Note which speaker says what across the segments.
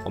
Speaker 1: 我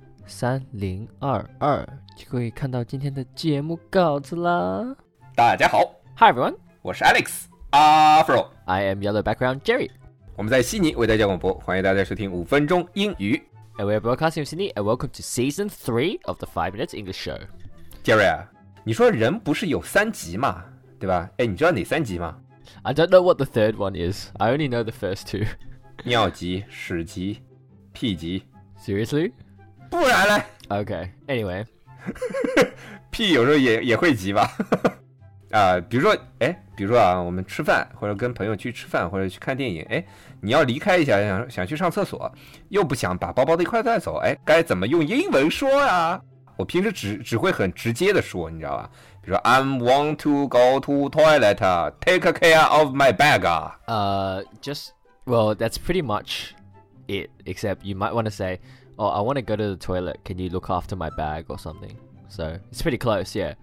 Speaker 2: “三零二二”，就可以看到今天的节目稿子啦。
Speaker 1: 大家好，
Speaker 2: Hi everyone,
Speaker 1: 我是 Alex 阿 Fro，
Speaker 2: I am Yellow Background Jerry,
Speaker 1: 我们在悉尼为大家广播，欢迎大家收听五分钟英语。
Speaker 2: and we are broadcasting from Sydney. And welcome to Season Three of the Five Minutes English Show.
Speaker 1: Jerry，啊你说人不是有三级嘛，对吧？哎，你知道哪三级吗？
Speaker 2: I don't know what the third one is. I only know the first two.
Speaker 1: 尿急、屎急、屁急，
Speaker 2: Seriously?
Speaker 1: 不然嘞，
Speaker 2: Okay. Anyway,
Speaker 1: 屁有时候也也会急吧？ 啊、比如说，哎，比如说啊，我们吃饭或者跟朋友去吃饭或者去看电影，哎，你要离开一下，想想去上厕所，又不想把包包的一块带走，哎，该怎么用英文说啊？我平时只只会很直接的说，你知道吧？比如说，I want to go to toilet, take care of my bag 啊。
Speaker 2: uh, just well, that's pretty much it. Except you might want to say, "Oh, I want to go to the toilet. Can you look after my bag or something?" So it's pretty close, yeah.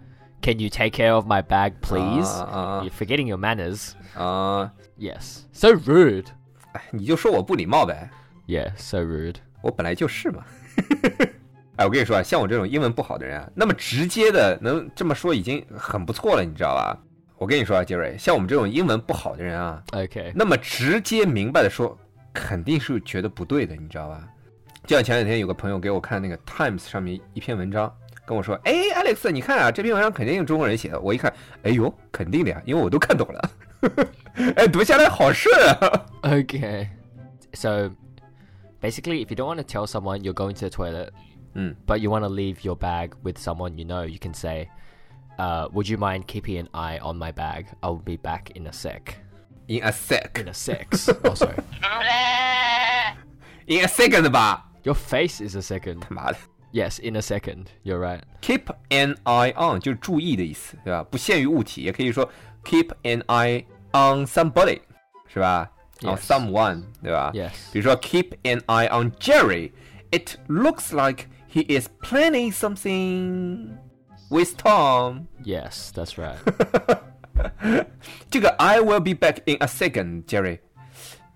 Speaker 2: Can you take care of my bag, please?
Speaker 1: Ah, ah.
Speaker 2: You're forgetting your manners.
Speaker 1: 啊、
Speaker 2: Yes. So rude.
Speaker 1: 哎，你就说我不礼貌呗，
Speaker 2: Yeah, so rude.
Speaker 1: 我本来就是嘛。 哎，我跟你说啊，像我这种英文不好的人啊，那么直接的能这么说已经很不错了，你知道吧？我跟你说啊，杰瑞，像我们这种英文不好的人啊，
Speaker 2: Okay.
Speaker 1: 那么直接明白的说，肯定是觉得不对的，你知道吧？就像前两天有个朋友给我看那个 Times 上面一篇文章，跟我说：“哎，Alex，你看啊，这篇文章肯定是中国人写的。”我一看，哎呦，肯定的呀，因为我都看懂了。 哎，读下来好顺啊！
Speaker 2: Okay. So basically, if you don't want to tell someone you're going to the toilet,
Speaker 1: Mm.
Speaker 2: but you want to leave your bag with someone you know, you can say, uh, "Would you mind keeping an eye on my bag? I'll be back in a sec."
Speaker 1: In a sec,
Speaker 2: In a sec. Oh, also,
Speaker 1: in a second 吧。
Speaker 2: your face is a second.
Speaker 1: 妈的
Speaker 2: Yes, in a second. You're right.
Speaker 1: ，keep an eye on 就是注意的意思，对吧？不限于物体，也可以说 keep an eye on somebody，是吧
Speaker 2: Yes.
Speaker 1: On someone，对吧
Speaker 2: Yes.
Speaker 1: 比如说 keep an eye on Jerry。It looks like he is planning something with Tom。
Speaker 2: Yes, that's right.
Speaker 1: 这个 I will be back in a second，Jerry。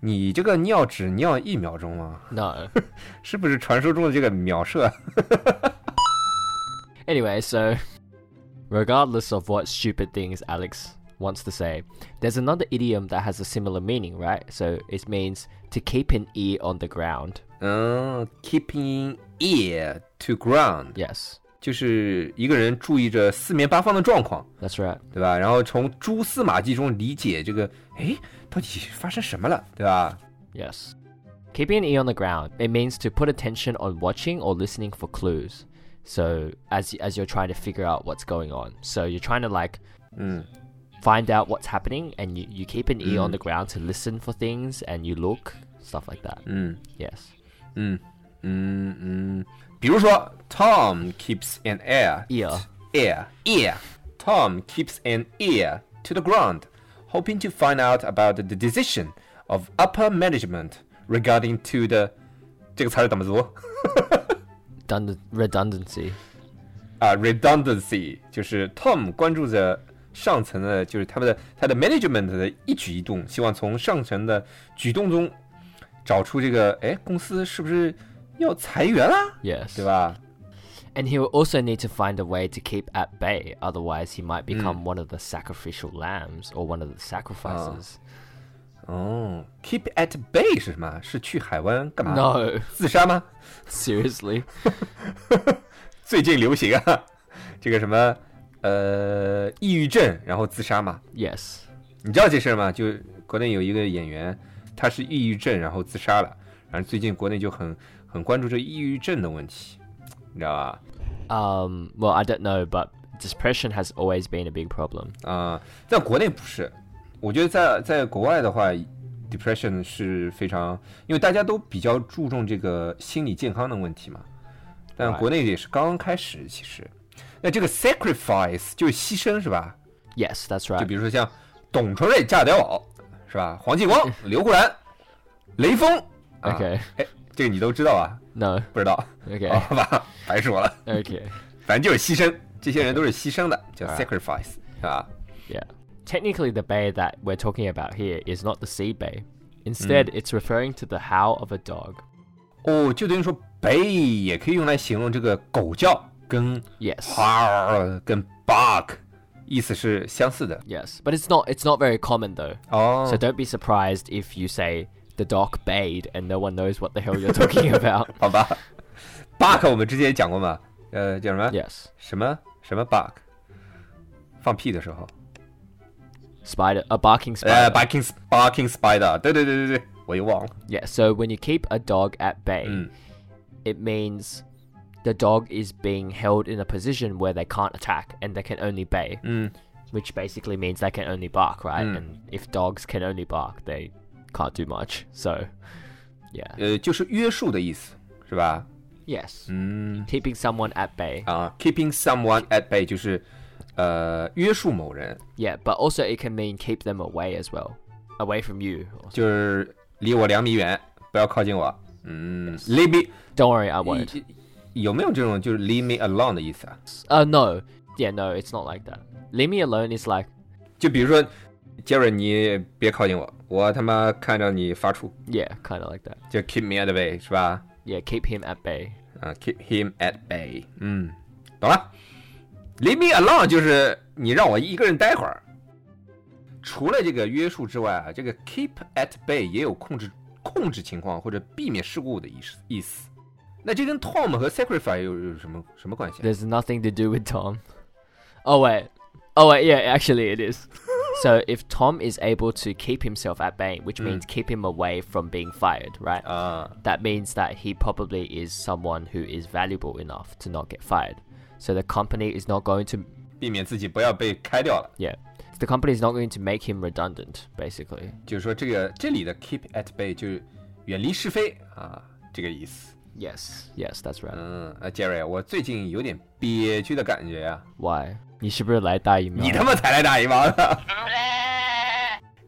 Speaker 1: 你这个尿只尿一秒钟吗？
Speaker 2: no.
Speaker 1: 是不是传说中的这个秒射？
Speaker 2: Anyway, so regardless of what stupid things Alex wants to say, there's another idiom that has a similar meaning, right? So it means to keep an ear on the ground.
Speaker 1: 嗯，keeping ear to ground。
Speaker 2: Yes,
Speaker 1: 就是一个人注意着四面八方的状况，
Speaker 2: that's right.
Speaker 1: 对吧？然后从蛛丝马迹中理解这个，哎，到底发生什么了，对吧？
Speaker 2: Yes. Keeping an ear on the ground, it means to put attention on watching or listening for clues. So as as you're trying to figure out what's going on. So you're trying to like
Speaker 1: 嗯
Speaker 2: find out what's happening and you, you keep an ear on the ground to listen for things and you look stuff like that.
Speaker 1: 嗯
Speaker 2: Yes.
Speaker 1: 嗯嗯嗯，比如说，Tom keeps an ear
Speaker 2: Ear.
Speaker 1: ear ear Tom keeps an ear to the ground, hoping to find out about the decision of upper management regarding to the 这个词儿怎么读？
Speaker 2: Dun- redundancy.
Speaker 1: 啊，redundancy 就是 Tom 关注着上层的，就是他们的他的 management 的一举一动，希望从上层的举动中找出这个，哎，公司是不是要裁员啦？
Speaker 2: Yes.
Speaker 1: 对吧？
Speaker 2: And he will also need to find a way to keep at bay, otherwise he might become one of the sacrificial lambs or one of the sacrifices.
Speaker 1: 哦，keep at bay 是什么？是去海湾干嘛
Speaker 2: No,
Speaker 1: 自杀吗？
Speaker 2: seriously.
Speaker 1: 最近流行啊，这个什么呃抑郁症，然后自杀嘛。
Speaker 2: Yes.
Speaker 1: 你知道这事儿吗？就国内有一个演员，他是抑郁症，然后自杀了。然后最近国内就很很关注这抑郁症的问题，你知道吧？
Speaker 2: Um, well, I don't know, but depression has always been a big problem.
Speaker 1: 啊、在国内不是，我觉得在在国外的话，depression 是非常，因为大家都比较注重这个心理健康的问题嘛，但
Speaker 2: Right.
Speaker 1: 国内也是刚刚开始，其实，那这个 sacrifice 就是牺牲是吧？
Speaker 2: Yes, that's
Speaker 1: 就
Speaker 2: right.
Speaker 1: 比如说像董存瑞嫁碉堡是吧？黄继光、 刘胡兰、雷锋啊
Speaker 2: Okay.
Speaker 1: 哎，这个你都知道啊？
Speaker 2: No.
Speaker 1: 不知道？哦
Speaker 2: Okay.
Speaker 1: 好吧，白说了，
Speaker 2: Okay.
Speaker 1: 反正就是牺牲，这些人都是牺牲的，叫
Speaker 2: 啊
Speaker 1: sacrifice 是吧？
Speaker 2: Yeah. Technically, the bay that we're talking about here is not the sea bay. Instead, it's referring to the howl of a dog.
Speaker 1: 哦，就等于说北也可以用来形容这个狗叫跟
Speaker 2: Yes.
Speaker 1: 哈跟 bark，意思是相似的
Speaker 2: Yes, but it's not. It's not very common though.
Speaker 1: 哦
Speaker 2: So don't be surprised if you say the dog bayed and no one knows what the hell you're talking about.
Speaker 1: 好吧，bark 我们之前也讲过嘛，呃，叫什么
Speaker 2: Yes.
Speaker 1: 什么什么 bark，放屁的时候，
Speaker 2: Spider. A barking
Speaker 1: 呃
Speaker 2: spider.
Speaker 1: ，barking barking spider，对对对对对，我又忘了，
Speaker 2: Yeah, so when you keep a dog at bay,
Speaker 1: Mm.
Speaker 2: it means the dog is being held in a position where they can't attack and they can only bay,
Speaker 1: 嗯
Speaker 2: which basically means they can only bark, right?
Speaker 1: Mm.
Speaker 2: And if dogs can only bark, they can't do much. So, yeah.
Speaker 1: 呃，就是约束的意思是吧？
Speaker 2: Yes.
Speaker 1: Hmm. 嗯
Speaker 2: Keeping someone at bay.
Speaker 1: 啊，keeping someone at bay 就是呃约束某人，
Speaker 2: Yeah, but also it can mean keep them away as well. Away from you. or-
Speaker 1: 就是离我两米远，不要靠近我。嗯，leave me
Speaker 2: Don't worry, I won't.
Speaker 1: 有没有这种就是 leave me alone 的意思啊？
Speaker 2: Uh, no. Yeah, no, it's not like that. Leave me alone is like,
Speaker 1: 就比如说，杰瑞，你别靠近我，我他妈看着你发怵，
Speaker 2: yeah, kind of like that.
Speaker 1: 就 keep me at bay 是吧？
Speaker 2: Yeah, keep him at bay.
Speaker 1: 啊，keep him at bay，嗯，懂了。leave me alone 就是你让我一个人待会儿。除了这个约束之外啊，这个 keep at bay 也有控制控制情况或者避免事故的意思意思。那这跟 Tom 和 sacrifice 又有什么什么关系啊？
Speaker 2: There's nothing to do with Tom. Oh wait. Oh wait, yeah, actually it is. so if Tom is able to keep himself at bay, which means keep him away from being fired, right?
Speaker 1: 啊
Speaker 2: that means that he probably is someone who is valuable enough to not get fired. So the company is not going to
Speaker 1: 避免自己不要被开掉了。
Speaker 2: yeah. The company is not going to make him redundant, basically.
Speaker 1: 就是说这个这里的 keep at bay 就是远离是非啊，这个意思。
Speaker 2: Yes. Yes, that's right.
Speaker 1: 嗯，啊，Jerry，我最近有点憋屈的感觉啊，
Speaker 2: Why? 你是不是来大姨妈？
Speaker 1: 你他妈才来大姨妈呢，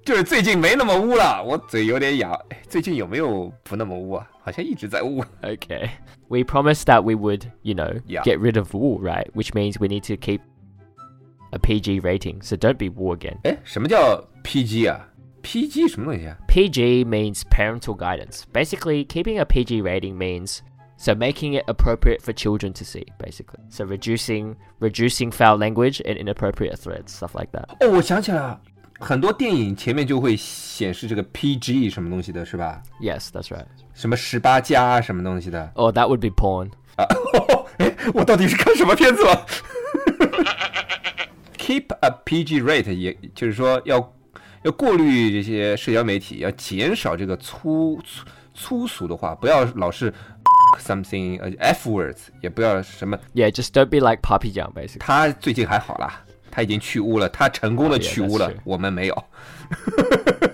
Speaker 1: 就是最近没那么污了，我嘴有点痒。哎最近有没有不那么污啊？好像一直在污。
Speaker 2: Okay. We promised that we would, you know,
Speaker 1: Yeah.
Speaker 2: get rid of war, right? Which means we need to keep a PG rating. So don't be war again.
Speaker 1: 哎，什么叫 PG 啊？PG 什么东西啊？
Speaker 2: PG means parental guidance. Basically, keeping a PG rating means so making it appropriate for children to see, basically. So reducing reducing foul language and inappropriate threats, stuff like that.
Speaker 1: 哦，我想起来了，很多电影前面就会显示这个 PG 什么东西的，是吧？
Speaker 2: Yes, that's right.
Speaker 1: 什么十八加什么东西的？
Speaker 2: Oh, that would be porn.
Speaker 1: 啊， 哎，我到底是看什么片子了？Keep a PG rate，也就是说要要过滤这些社交媒体，要减少这个粗粗粗俗的话，不要老是 something 呃 f words，也不要什么。
Speaker 2: Yeah, just don't be like Papi Jiang, basically.
Speaker 1: 他最近还好啦，他已经去污了，他成功的
Speaker 2: 哦也
Speaker 1: 去污了
Speaker 2: 是，
Speaker 1: 我们没有。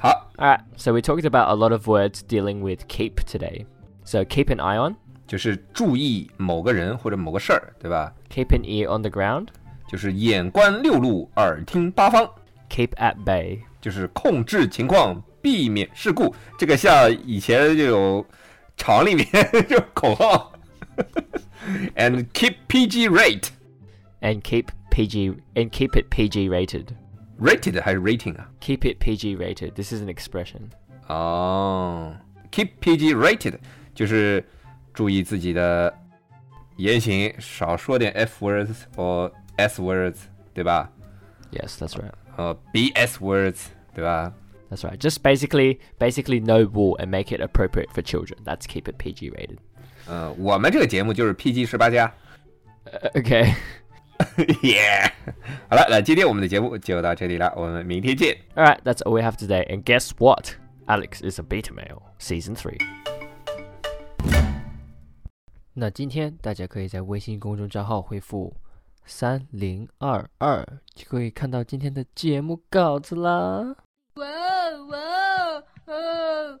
Speaker 1: 好，
Speaker 2: All right, so we talked about a lot of words dealing with keep today. So keep an eye on,
Speaker 1: 就是注意某个人或者某个事儿，对吧？
Speaker 2: keep an ear on the ground,
Speaker 1: 就是眼观六路，耳听八方。
Speaker 2: keep at bay.
Speaker 1: 就是控制情况，避免事故。这个像以前这种厂里面 这种口号 ，and keep PG rate
Speaker 2: And keep PG and keep it PG rated.
Speaker 1: rated 还是 rating 啊？
Speaker 2: Keep it PG rated. This is an expression.
Speaker 1: 哦、k e e p PG rated 就是注意自己的言行，少说点 F words 或 S words，对吧？
Speaker 2: Yes, that's right.
Speaker 1: 呃，BS words，对吧？
Speaker 2: That's right. Just basically, basically no wall and make it appropriate for children. That's keep it PG rated.
Speaker 1: 呃，我们这个节目就是 PG 十八加。
Speaker 2: Uh, okay.
Speaker 1: 耶！好了，那今天我们的节目就到这里了，我们明天见。
Speaker 2: All right. That's all we have today. And guess what? Alex is a beta male. Season three. 那今天大家可以在微信公众账号回复三零二二，就可以看到今天的节目稿子啦。
Speaker 3: 哇哦哇哦哦！